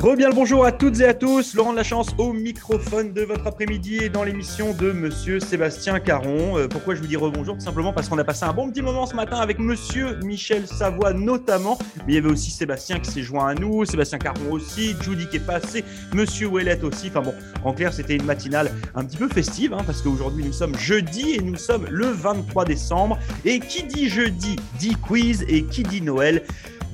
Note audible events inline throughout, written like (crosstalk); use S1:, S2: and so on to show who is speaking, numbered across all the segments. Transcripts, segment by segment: S1: Rebien le bonjour à toutes et à tous. Laurent de la chance au microphone de votre après-midi et dans l'émission de Monsieur Sébastien Caron. Euh, pourquoi je vous dis rebonjour Tout simplement parce qu'on a passé un bon petit moment ce matin avec Monsieur Michel Savoie notamment. Mais il y avait aussi Sébastien qui s'est joint à nous, Sébastien Caron aussi, Judy qui est passé, Monsieur Ouellet aussi. Enfin bon, en clair, c'était une matinale un petit peu festive hein, parce qu'aujourd'hui nous sommes jeudi et nous sommes le 23 décembre. Et qui dit jeudi dit quiz et qui dit Noël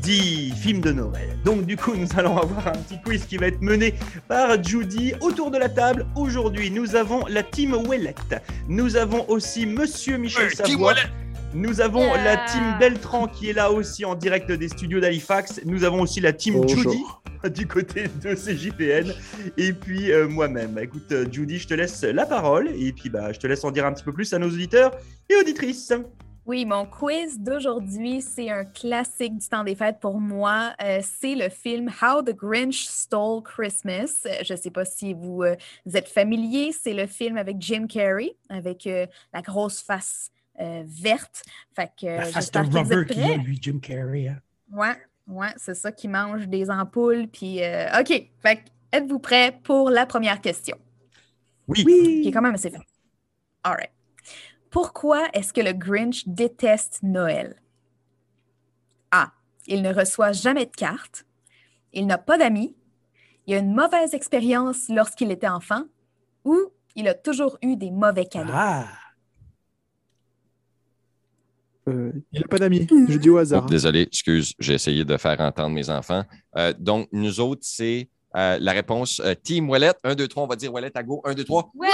S1: dit film de Noël. Donc du coup, nous allons avoir un petit quiz qui va être mené par Judy autour de la table. Aujourd'hui, nous avons la team Ouellette. Nous avons aussi Monsieur Michel
S2: Ouais, Team
S1: Savoie.
S2: Wallet.
S1: Nous avons
S3: Yeah.
S1: la team Beltran qui est là aussi en direct des studios d'Halifax. Nous avons aussi la team Judy (laughs) du côté de CJPN. Et puis euh, moi-même. Bah, Écoute, euh, Judy, je te laisse la parole. Et puis bah, je te laisse en dire un petit peu plus à nos auditeurs et auditrices.
S3: Oui, mon quiz d'aujourd'hui, c'est un classique du temps des fêtes pour moi. Euh, c'est le film How the Grinch Stole Christmas. Euh, Je ne sais pas si vous, euh, vous êtes familier. C'est le film avec Jim Carrey, avec euh, la grosse face euh, verte. Fait que, euh,
S4: La face de
S3: j'espère que vous
S4: rubber
S3: êtes
S4: qu'il
S3: prêts.
S4: a, lui, Jim Carrey. hein.
S3: Ouais, ouais, c'est ça qui mange des ampoules. Puis, euh, OK. Fait que, êtes-vous prêts pour la première question?
S4: Oui.
S3: qui est quand même assez fin. All right. Pourquoi est-ce que le Grinch déteste Noël? A. Il ne reçoit jamais de cartes. Il n'a pas d'amis. Il a une mauvaise expérience lorsqu'il était enfant. Ou il a toujours eu des mauvais cadeaux.
S4: Ah,
S5: Euh, il n'a pas d'amis. Je dis au
S6: Oh,
S5: hasard. hein.
S6: désolé, excuse, j'ai essayé de faire entendre mes enfants. Euh, donc, nous autres, c'est euh, la réponse euh, Team Wallet. 1, 2, 3, on va dire Wallet à go. 1, 2, 3.
S7: Wallet!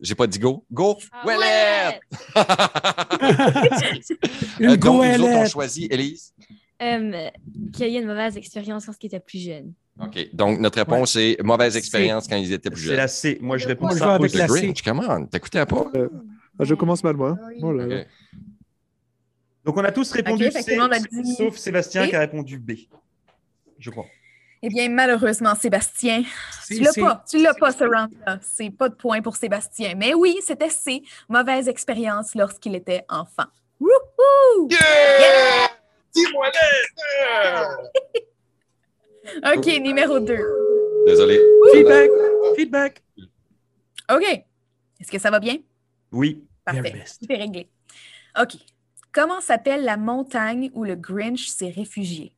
S6: J'ai pas dit go. Go,
S8: Ah,
S6: Wallet!
S7: Ah, Wallet!
S3: (laughs)
S4: une
S6: Euh, donc, nous autres, on
S4: Ah. goélette.
S6: choisit Elise.
S7: Euh, qu'il y a eu une mauvaise expérience quand il était plus jeune.
S6: OK. Donc, notre réponse est mauvaise expérience quand ils étaient plus
S1: C'est
S6: jeunes.
S1: la C. Moi, je réponds
S4: Moi, je
S1: ça
S4: vais
S1: au
S4: avec
S6: The
S4: la C.
S6: Grinch, come on, t'écoutais pas?
S5: Euh, ah, je commence mal, moi. Oh là là.
S6: OK.
S1: Donc on a tous répondu
S3: Ok, fait que tout
S1: C,
S3: le monde a dit
S1: sauf Sébastien
S3: B.
S1: qui a répondu B. Je crois.
S3: Eh bien, malheureusement, Sébastien,
S4: C'est-
S3: tu l'as
S4: c'est-
S3: pas. Tu l'as pas, ce round-là. C'est pas de point pour Sébastien. Mais oui, c'était C. Mauvaise expérience lorsqu'il était enfant. Wouhou!
S2: Yeah! Team Wallet!
S3: (laughs) OK, numéro 2.
S6: Désolé.
S4: Feedback. Feedback.
S3: OK. Est-ce que ça va bien?
S1: Oui.
S4: Very
S3: Parfait.
S4: best.
S3: Tout est réglé. OK. Comment s'appelle la montagne où le Grinch s'est réfugié?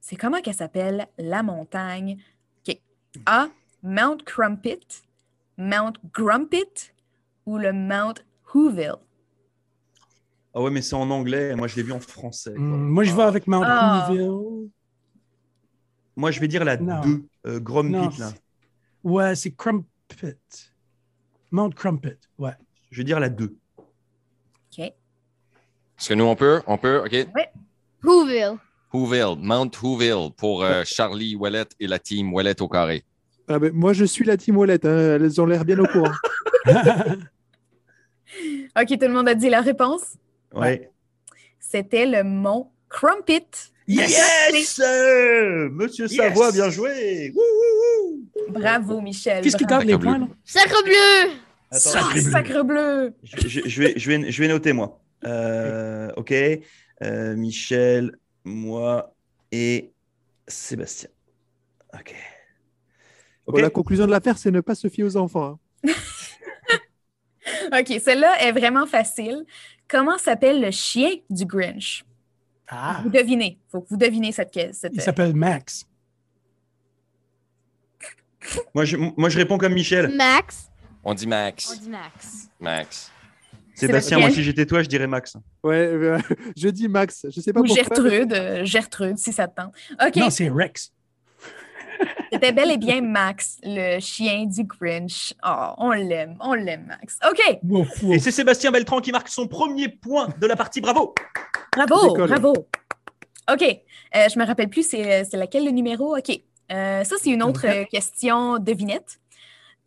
S3: C'est comment qu'elle s'appelle la montagne? OK. A. Mount Crumpit, Mount Grumpit ou le Mount Whoville?
S1: Ah ouais, mais c'est en anglais. Moi, je l'ai vu en français. quoi.
S4: Hum, moi, je vais avec Mount
S3: Ah.
S4: Whoville.
S1: Moi, je vais dire la
S4: Non.
S1: 2. Euh, Grumpy,
S4: Non,
S1: là.
S4: c'est- Ouais, c'est Crumpet. Mount Crumpet.
S3: (laughs)
S4: Ouais.
S1: Je vais dire la 2.
S3: OK.
S6: Est-ce que nous, on peut? On peut? OK.
S7: Whoville.
S6: Whoville, Mount Whoville pour euh, Charlie Wallet et la team Wallet au carré.
S5: Ah, ben, moi, je suis la team Ouellette. hein. Elles ont l'air bien au courant.
S3: OK, tout le monde a dit la réponse.
S1: Ouais.
S3: C'était le Mont Crumpit.
S1: Yes! Euh, Monsieur
S4: Yes!
S1: Savoie, bien joué! Wouh, wouh, wouh.
S3: Bravo, Michel.
S4: Qu'est-ce qui
S3: bravo.
S4: garde les
S6: Sacre
S4: points, là?
S7: Sacre bleu!
S1: Attends,
S4: Sacre
S1: je-
S3: Sacre bleu!
S1: je, je- je vais, je, vais, je vais noter, moi. Euh, OK. Euh, Michel, moi et Sébastien. OK. OK.
S5: Bon, la conclusion de l'affaire, c'est ne pas se fier aux enfants. hein.
S3: OK, celle-là est vraiment facile. Comment s'appelle le chien du Grinch?
S4: Ah.
S3: Vous devinez. faut que vous devinez cette caisse. cette-
S4: Il s'appelle Max.
S1: moi, je, moi, je réponds comme Michel.
S7: Max.
S6: On dit
S7: On
S6: Max.
S7: dit Max.
S6: Max.
S1: Sébastien,
S3: Sébastien.
S1: moi, si j'étais toi, je dirais Max.
S5: Ouais, euh, (laughs) je dis Max. Je sais pas
S3: Ou
S5: pourquoi.
S3: Gertrude, euh, Gertrude, si ça te tente. OK,
S4: Non, c'est Rex.
S3: c'était bel et bien Max, le chien du Grinch. Oh, on l'aime, on l'aime, Max. OK,
S4: Wouf,
S1: Et
S4: wouf.
S1: c'est Sébastien Beltran qui marque son premier point de la partie. Bravo!
S3: bravo,
S5: Décolle.
S3: bravo. OK, euh, je me rappelle plus, c'est c'est laquelle le numéro? OK, Euh, ça, c'est une autre euh, question devinette.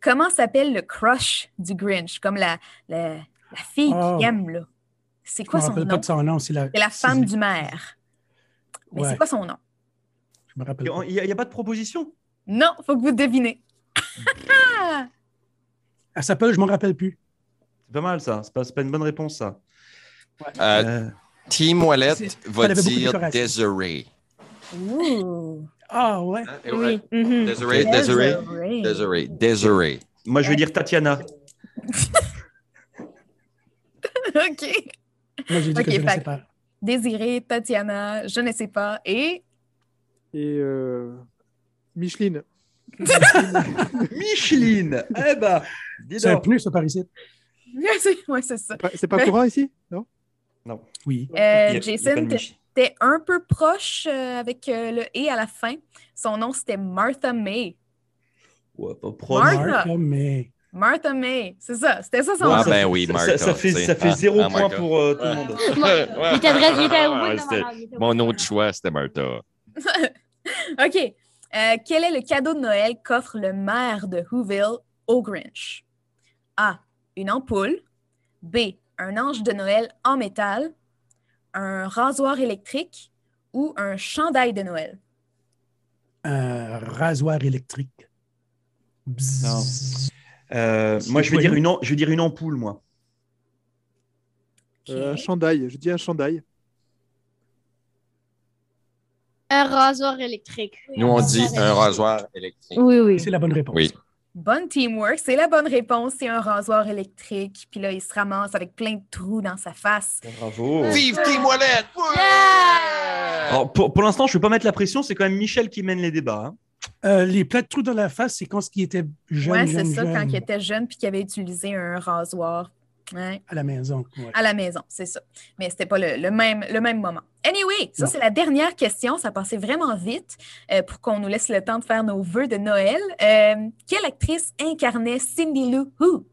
S3: Comment s'appelle le crush du Grinch? Comme la, la, la fille
S4: Oh.
S3: qu'il aime, là. C'est
S4: Je
S3: quoi
S4: me
S3: son
S4: rappelle
S3: nom?
S4: pas de son nom. C'est la,
S3: C'est la femme
S4: c'est-
S3: du maire. Mais
S4: Ouais,
S3: c'est quoi son nom?
S4: je me rappelle pas.
S1: Il n'y a, il y a pas de proposition.
S3: Non, faut que vous devinez.
S4: Elle s'appelle, je m'en rappelle plus.
S1: C'est pas mal, ça. C'est pas, c'est pas une bonne réponse, ça.
S6: Euh,
S1: Euh,
S6: Team Wallet
S4: C'est-
S6: va
S4: fallait beaucoup de
S6: dire
S4: décoration.
S6: Desiree.
S3: Ouh.
S4: Ah ouais.
S6: Hein?
S7: Oui. mhm.
S6: Desiree, Desiree,
S3: Desiree.
S6: Desiree, Desiree.
S1: Moi, je vais dire Tatiana.
S3: (laughs) OK.
S4: Moi, j'ai dit
S3: Ok,
S4: que je ne
S3: fait-
S4: sais pas.
S3: Désirée, Tatiana, je ne sais pas. Et
S5: Et euh, Micheline.
S1: Micheline Eh ben, dis
S4: C'est un
S1: donc.
S4: pneu, ça, par ici.
S3: (laughs) ouais, c'est ça.
S5: Pas- C'est pas
S3: Ouais.
S5: courant ici Non
S4: Oui.
S3: Euh,
S1: Il y a- il y a pas
S3: Jason,
S1: de Mich-
S3: t'étais un peu proche euh, avec euh, le et à la fin. Son nom, c'était Martha May.
S1: Ouais, pas
S4: Oh,
S1: pro-
S3: Martha.
S4: Martha May.
S3: Martha May, c'est ça. C'était ça son
S1: Ouais,
S6: Ah
S1: ça-
S3: nom.
S6: ben oui,
S1: ça-
S6: Martha.
S1: ça, ça fait,
S6: tu sais.
S1: ça fait
S6: Ah,
S1: zéro
S6: ah,
S1: point
S6: Martha.
S1: pour euh, tout le monde.
S7: Il était vrai, il était au bout de
S6: Ouais,
S7: la
S6: c'était-
S7: valeur, il était au bout
S6: Mon
S7: de la
S6: autre choix, c'était Martha.
S3: OK. Euh, quel est le cadeau de Noël qu'offre le maire de Whoville au Grinch? A. Une ampoule. B. Un ange de Noël en métal. Un rasoir électrique ou un chandail de Noël?
S4: Un Euh, rasoir électrique. Bzzz.
S1: Euh, moi, je vais, dire une, am- je vais dire une ampoule, moi.
S3: OK.
S5: Euh, Un chandail. Je dis un chandail.
S8: Un rasoir électrique.
S6: Nous, on dit un rasoir électrique.
S7: Oui, oui.
S4: C'est la bonne réponse.
S6: Oui.
S3: Bonne teamwork, c'est la bonne réponse. C'est un rasoir électrique. Puis là, il se ramasse avec plein de trous dans sa face.
S1: Bravo.
S2: Vive Team Wallet!
S8: Yeah!
S1: Alors, pour pour l'instant, je ne vais pas mettre la pression, c'est quand même Michel qui mène les débats. hein.
S4: Euh, les plats de trous dans la face, c'est quand il était jeune.
S3: ouais, c'est
S4: jeune,
S3: ça,
S4: jeune,
S3: quand il était jeune puis qu'il avait utilisé un rasoir ouais,
S4: À la maison. ouais.
S3: à la maison, c'est ça. Mais c'était pas le, le même, le même moment. Anyway, ça,
S4: Non.
S3: c'est la dernière question. Ça passait vraiment vite euh, pour qu'on nous laisse le temps de faire nos vœux de Noël. Euh, quelle actrice incarnait Cindy Lou Who?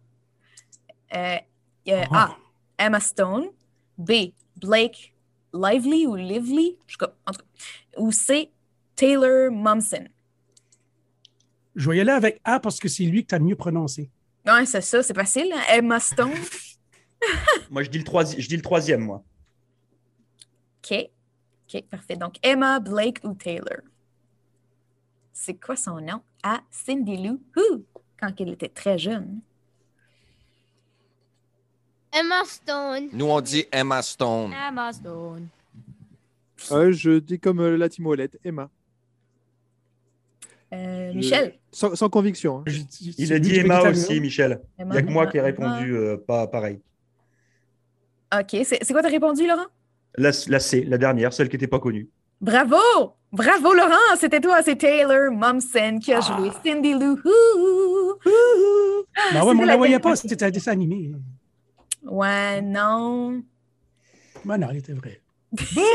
S3: Euh, euh, A.
S4: Ah.
S3: Emma Stone, B. Blake Lively ou Lively, je sais pas, en tout cas, ou C. Taylor Momsen.
S4: Je vais y aller avec A parce que c'est lui que tu as mieux prononcé.
S3: Ouais, c'est ça, c'est facile. hein? Emma Stone.
S1: Moi, je dis le, troisi- je dis le troisième, moi.
S3: OK. OK, parfait. Donc, Emma, Blake ou Taylor. C'est quoi son nom à Cindy Lou Who quand elle était très jeune?
S8: Emma Stone.
S6: Nous, on dit Emma Stone.
S7: Amazon.
S5: Euh, je dis comme euh, la timolette. Emma.
S3: Euh,
S5: Je-
S3: Michel.
S5: Sans, sans conviction. hein.
S4: Je-
S1: Il
S4: c'est
S1: a
S4: lui
S1: dit
S4: que je vais
S1: Emma
S4: quitter à
S1: aussi,
S4: Lyon.
S1: Michel. Il n'y a que moi qui ai répondu euh, pas pareil.
S3: OK, c'est c'est quoi t'as répondu, Laurent?
S1: La, la C, la dernière, celle qui n'était pas connue.
S3: Bravo! Bravo, Laurent! C'était toi, c'est Taylor Momsen qui a joué
S1: Ah.
S3: Cindy Lou Who.
S4: Ben Bah ouais, mais on
S3: C'était
S4: ne
S3: la
S4: la voyait pas,
S3: dernière.
S4: c'était un dessin animé.
S3: Ouais, non.
S4: Ben non, il était vrai.
S3: (laughs)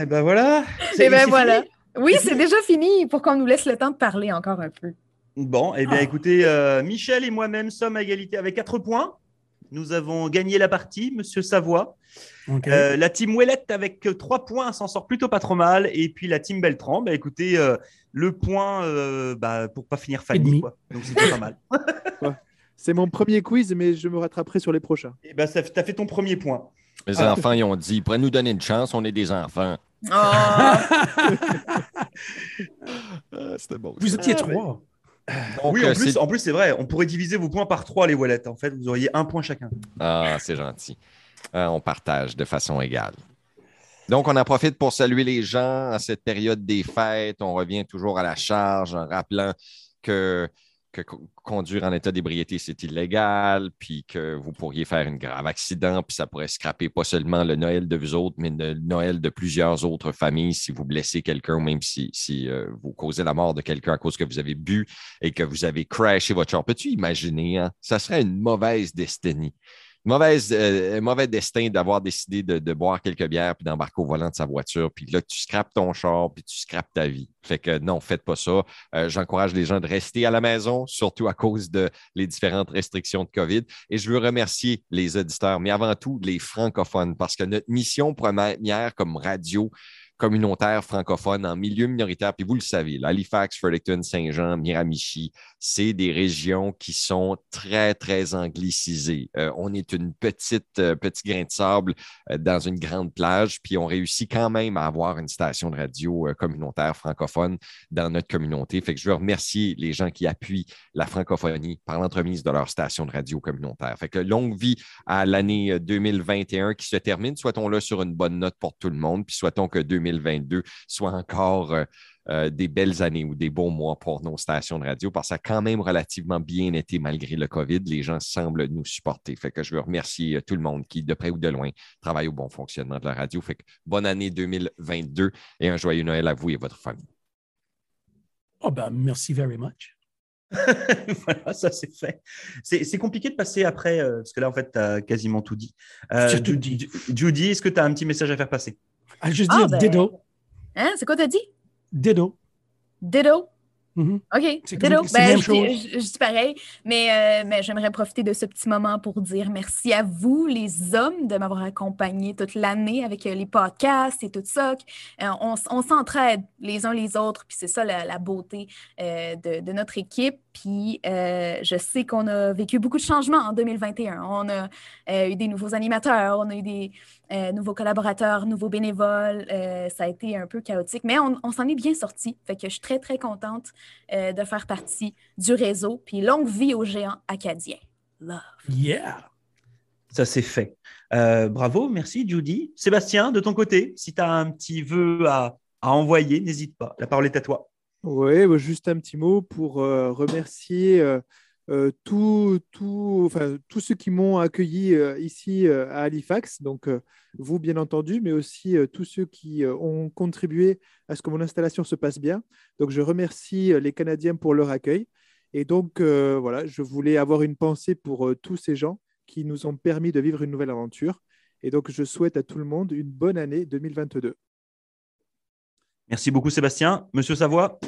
S1: Eh ben voilà. C'est-
S3: Et ben
S1: c'est
S3: voilà.
S1: fini
S3: Oui, c'est déjà fini pour qu'on nous laisse le temps de parler encore un
S1: (laughs)
S3: peu.
S1: Bon, eh bien écoutez, euh, Michel et moi-même sommes à égalité avec 4 points. Nous avons gagné la partie, Monsieur Savoie.
S4: OK.
S1: Euh, la team Ouellette avec 3 points s'en sort plutôt pas trop mal. Et puis la team Beltran, bah, écoutez, euh, le point euh, bah, pour pas finir
S4: Et
S1: Fanny.
S4: demi.
S1: Quoi. Donc c'était pas mal. (laughs)
S5: C'est mon premier quiz, mais je me rattraperai sur les prochains.
S1: Et ben, ça, t'as fait ton premier point.
S6: Les
S1: Ah.
S6: enfants, ils ont dit, pourrait nous donner une chance, on est des enfants.
S3: Oh,
S6: C'était bon.
S4: Vous
S3: euh,
S4: étiez
S1: Ah, ouais.
S4: trois.
S1: oui, en plus, en plus, c'est vrai, on pourrait diviser vos points par 3, les Ouellettes. En fait, vous auriez un point chacun. (laughs)
S6: Ah, c'est gentil. Euh, on partage de façon égale. Donc, on en profite pour saluer les gens en cette période des fêtes. On revient toujours à la charge en rappelant que, que co- conduire en état d'ébriété, c'est illégal, puis que vous pourriez faire un grave accident, puis ça pourrait scraper pas seulement le Noël de vous autres, mais le Noël de plusieurs autres familles si vous blessez quelqu'un ou même si, si euh, vous causez la mort de quelqu'un à cause que vous avez bu et que vous avez crashé votre char. Peux-tu imaginer? hein? Ça serait une mauvaise destinée mauvaise, euh, mauvais destin d'avoir décidé de, de boire quelques bières puis d'embarquer au volant de sa voiture. Puis là, tu scrapes ton char puis tu scrapes ta vie. Fait que non, faites pas ça. Euh, J'encourage les gens de rester à la maison, surtout à cause de les différentes restrictions de COVID. Et je veux remercier les auditeurs, mais avant tout les francophones, parce que notre mission première comme radio communautaire francophone en milieu minoritaire, puis vous le savez, là, Halifax, Fredericton, Saint-Jean, Miramichi, c'est des régions qui sont très, très anglicisées. Euh, on est une petite, euh, petit grain de sable euh, dans une grande plage, puis on réussit quand même à avoir une station de radio euh, communautaire francophone dans notre communauté. Fait que je veux remercier les gens qui appuient la francophonie par l'entremise de leur station de radio communautaire. Fait que longue vie à l'année euh, 2021 qui se termine. Souhaitons-le sur une bonne note pour tout le monde, puis souhaitons que 2022 2022 soient encore euh, euh, des belles années ou des bons mois pour nos stations de radio, parce que ça a quand même relativement bien été malgré le COVID. Les gens semblent nous supporter. Fait que je veux remercier euh, tout le monde qui, de près ou de loin, travaille au bon fonctionnement de la radio. Fait que bonne année 2022 et un joyeux Noël à vous et votre famille.
S4: Oh, ben, merci very much.
S1: voilà, ça c'est fait. C'est c'est compliqué de passer après, euh, parce que là en fait, tu as quasiment tout dit. Euh,
S4: J'ai tout
S1: Ju-
S4: dit.
S1: Ju- Judy, est-ce que tu as un petit message à faire passer
S4: I'll just
S3: Ah,
S4: dire
S3: ben-
S4: ditto.
S3: Hein? C'est quoi t'as dit?
S4: Ditto.
S3: Ditto?
S4: Mhm.
S3: OK,
S4: C'est
S3: ditto.
S4: comme- c'est la
S3: Ben,
S4: même
S3: je, dis, je- je dis pareil, mais, euh, mais j'aimerais profiter de ce petit moment pour dire merci à vous, les hommes, de m'avoir accompagné toute l'année avec euh, les podcasts et tout ça. Euh, on s- on s'entraide les uns les autres, puis c'est ça la, la beauté euh, de, de notre équipe. Puis euh, je sais qu'on a vécu beaucoup de changements en 2021. On a euh, eu des nouveaux animateurs, on a eu des euh, nouveaux collaborateurs, nouveaux bénévoles. Euh, ça a été un peu chaotique, mais on, on s'en est bien sorti. Fait que je suis très, très contente euh, de faire partie du réseau. Puis longue vie aux géants acadiens. Love.
S4: Yeah.
S1: Ça c'est fait. Euh, bravo, merci Judy. Sébastien, de ton côté, si tu as un petit vœu à, à envoyer, n'hésite pas. La parole est à toi.
S5: Oui, bah, juste un petit mot pour euh, remercier euh, euh, tous tous- enfin, tous ceux qui m'ont accueilli euh, ici euh, à Halifax, donc euh, vous bien entendu, mais aussi euh, tous ceux qui euh, ont contribué à ce que mon installation se passe bien. Donc je remercie euh, les Canadiens pour leur accueil. Et donc euh, voilà, je voulais avoir une pensée pour euh, tous ces gens qui nous ont permis de vivre une nouvelle aventure. Et donc je souhaite à tout le monde une bonne année 2022.
S1: Merci beaucoup Sébastien. Monsieur Savoie,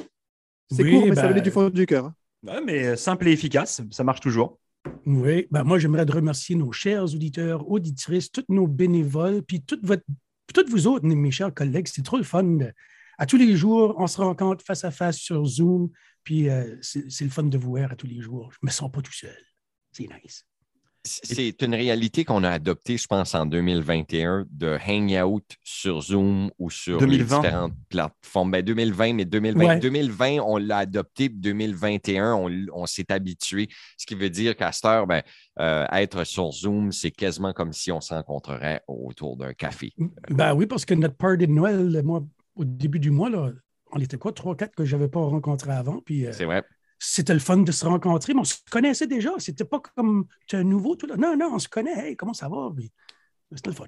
S5: C'est
S4: Oui,
S5: court, mais ça
S4: ben-
S5: venait du fond du cœur. hein.
S1: ouais, mais simple et efficace, ça marche toujours.
S4: Oui, ben moi, j'aimerais de remercier nos chers auditeurs, auditrices, tous nos bénévoles, puis toute votre, toutes vous autres, mes chers collègues. C'est trop le fun. de- À tous les jours, on se rencontre face à face sur Zoom, puis euh, c'est c'est le fun de vous voir à tous les jours. Je me sens pas tout seul. C'est nice.
S6: C'est une réalité qu'on a adoptée, je pense, en 2021 de Hangout sur Zoom ou sur
S1: 2020.
S6: les différentes plateformes. Ben, 2020, mais 2020,
S4: Ouais.
S6: 2020 on l'a adopté. puis 2021, on, l- on s'est habitué. Ce qui veut dire qu'à cette heure, ben, euh, être sur Zoom, c'est quasiment comme si on se rencontrerait autour d'un café.
S4: Ben oui, parce que notre party de Noël, moi, au début du mois, là, on était quoi, trois, quatre que j'avais pas rencontré avant, puis euh,
S6: C'est vrai.
S4: c'était le fun de se rencontrer, mais on se connaissait déjà. C'était pas comme t'es un nouveau, tout là. Non, non, on se connaît. Hey, comment ça va? Puis, C'était le fun.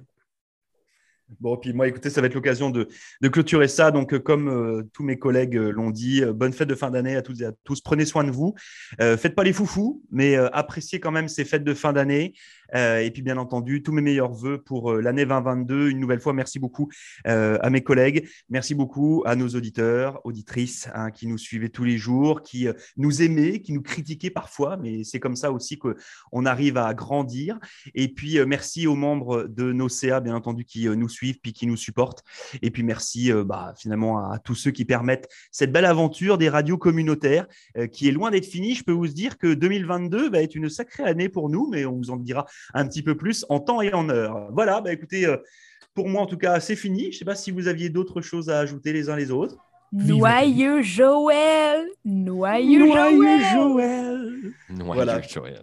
S1: Bon, puis moi, écoutez, ça va être l'occasion de, de clôturer ça. Donc, euh, comme euh, tous mes collègues euh, l'ont dit, euh, bonne fête de fin d'année à toutes et à tous. Prenez soin de vous. Euh, faites pas les foufous, mais euh, appréciez quand même ces fêtes de fin d'année. Euh, et puis, bien entendu, tous mes meilleurs voeux pour euh, l'année 2022. Une nouvelle fois, merci beaucoup euh, à mes collègues. Merci beaucoup à nos auditeurs, auditrices hein, qui nous suivaient tous les jours, qui euh, nous aimaient, qui nous critiquaient parfois. Mais c'est comme ça aussi qu'on arrive à grandir. Et puis, euh, merci aux membres de nos CA, bien entendu, qui euh, nous suivent, puis qui nous supportent. Et puis, merci euh, bah, finalement à, à tous ceux qui permettent cette belle aventure des radios communautaires, euh, qui est loin d'être finie. Je peux vous dire que 2022 va être une sacrée année pour nous, mais on vous en dira un petit peu plus en temps et en heure. Voilà, bah, écoutez, euh, pour moi en tout cas, c'est fini. Je ne sais pas si vous aviez d'autres choses à ajouter les uns les autres.
S4: Vive
S3: Noyeux Joël! Noyeux,
S4: Noyeux
S3: Joël!
S4: Joël!
S6: Noyeux,
S1: Voilà.
S6: Joël.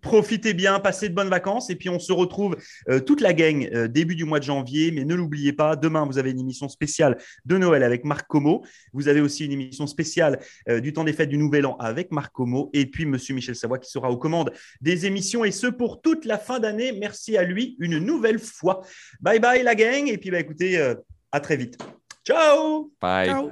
S1: Profitez bien, passez de bonnes vacances et puis on se retrouve euh, toute la gang euh, début du mois de janvier. Mais ne l'oubliez pas, demain vous avez une émission spéciale de Noël avec Marc Como. Vous avez aussi une émission spéciale euh, du temps des fêtes du Nouvel An avec Marc Como et puis Monsieur Michel Savoie qui sera aux commandes des émissions et ce pour toute la fin d'année. Merci à lui une nouvelle fois. Bye bye la gang et puis bah écoutez, euh, à très vite. Ciao.
S6: Bye.
S4: Ciao!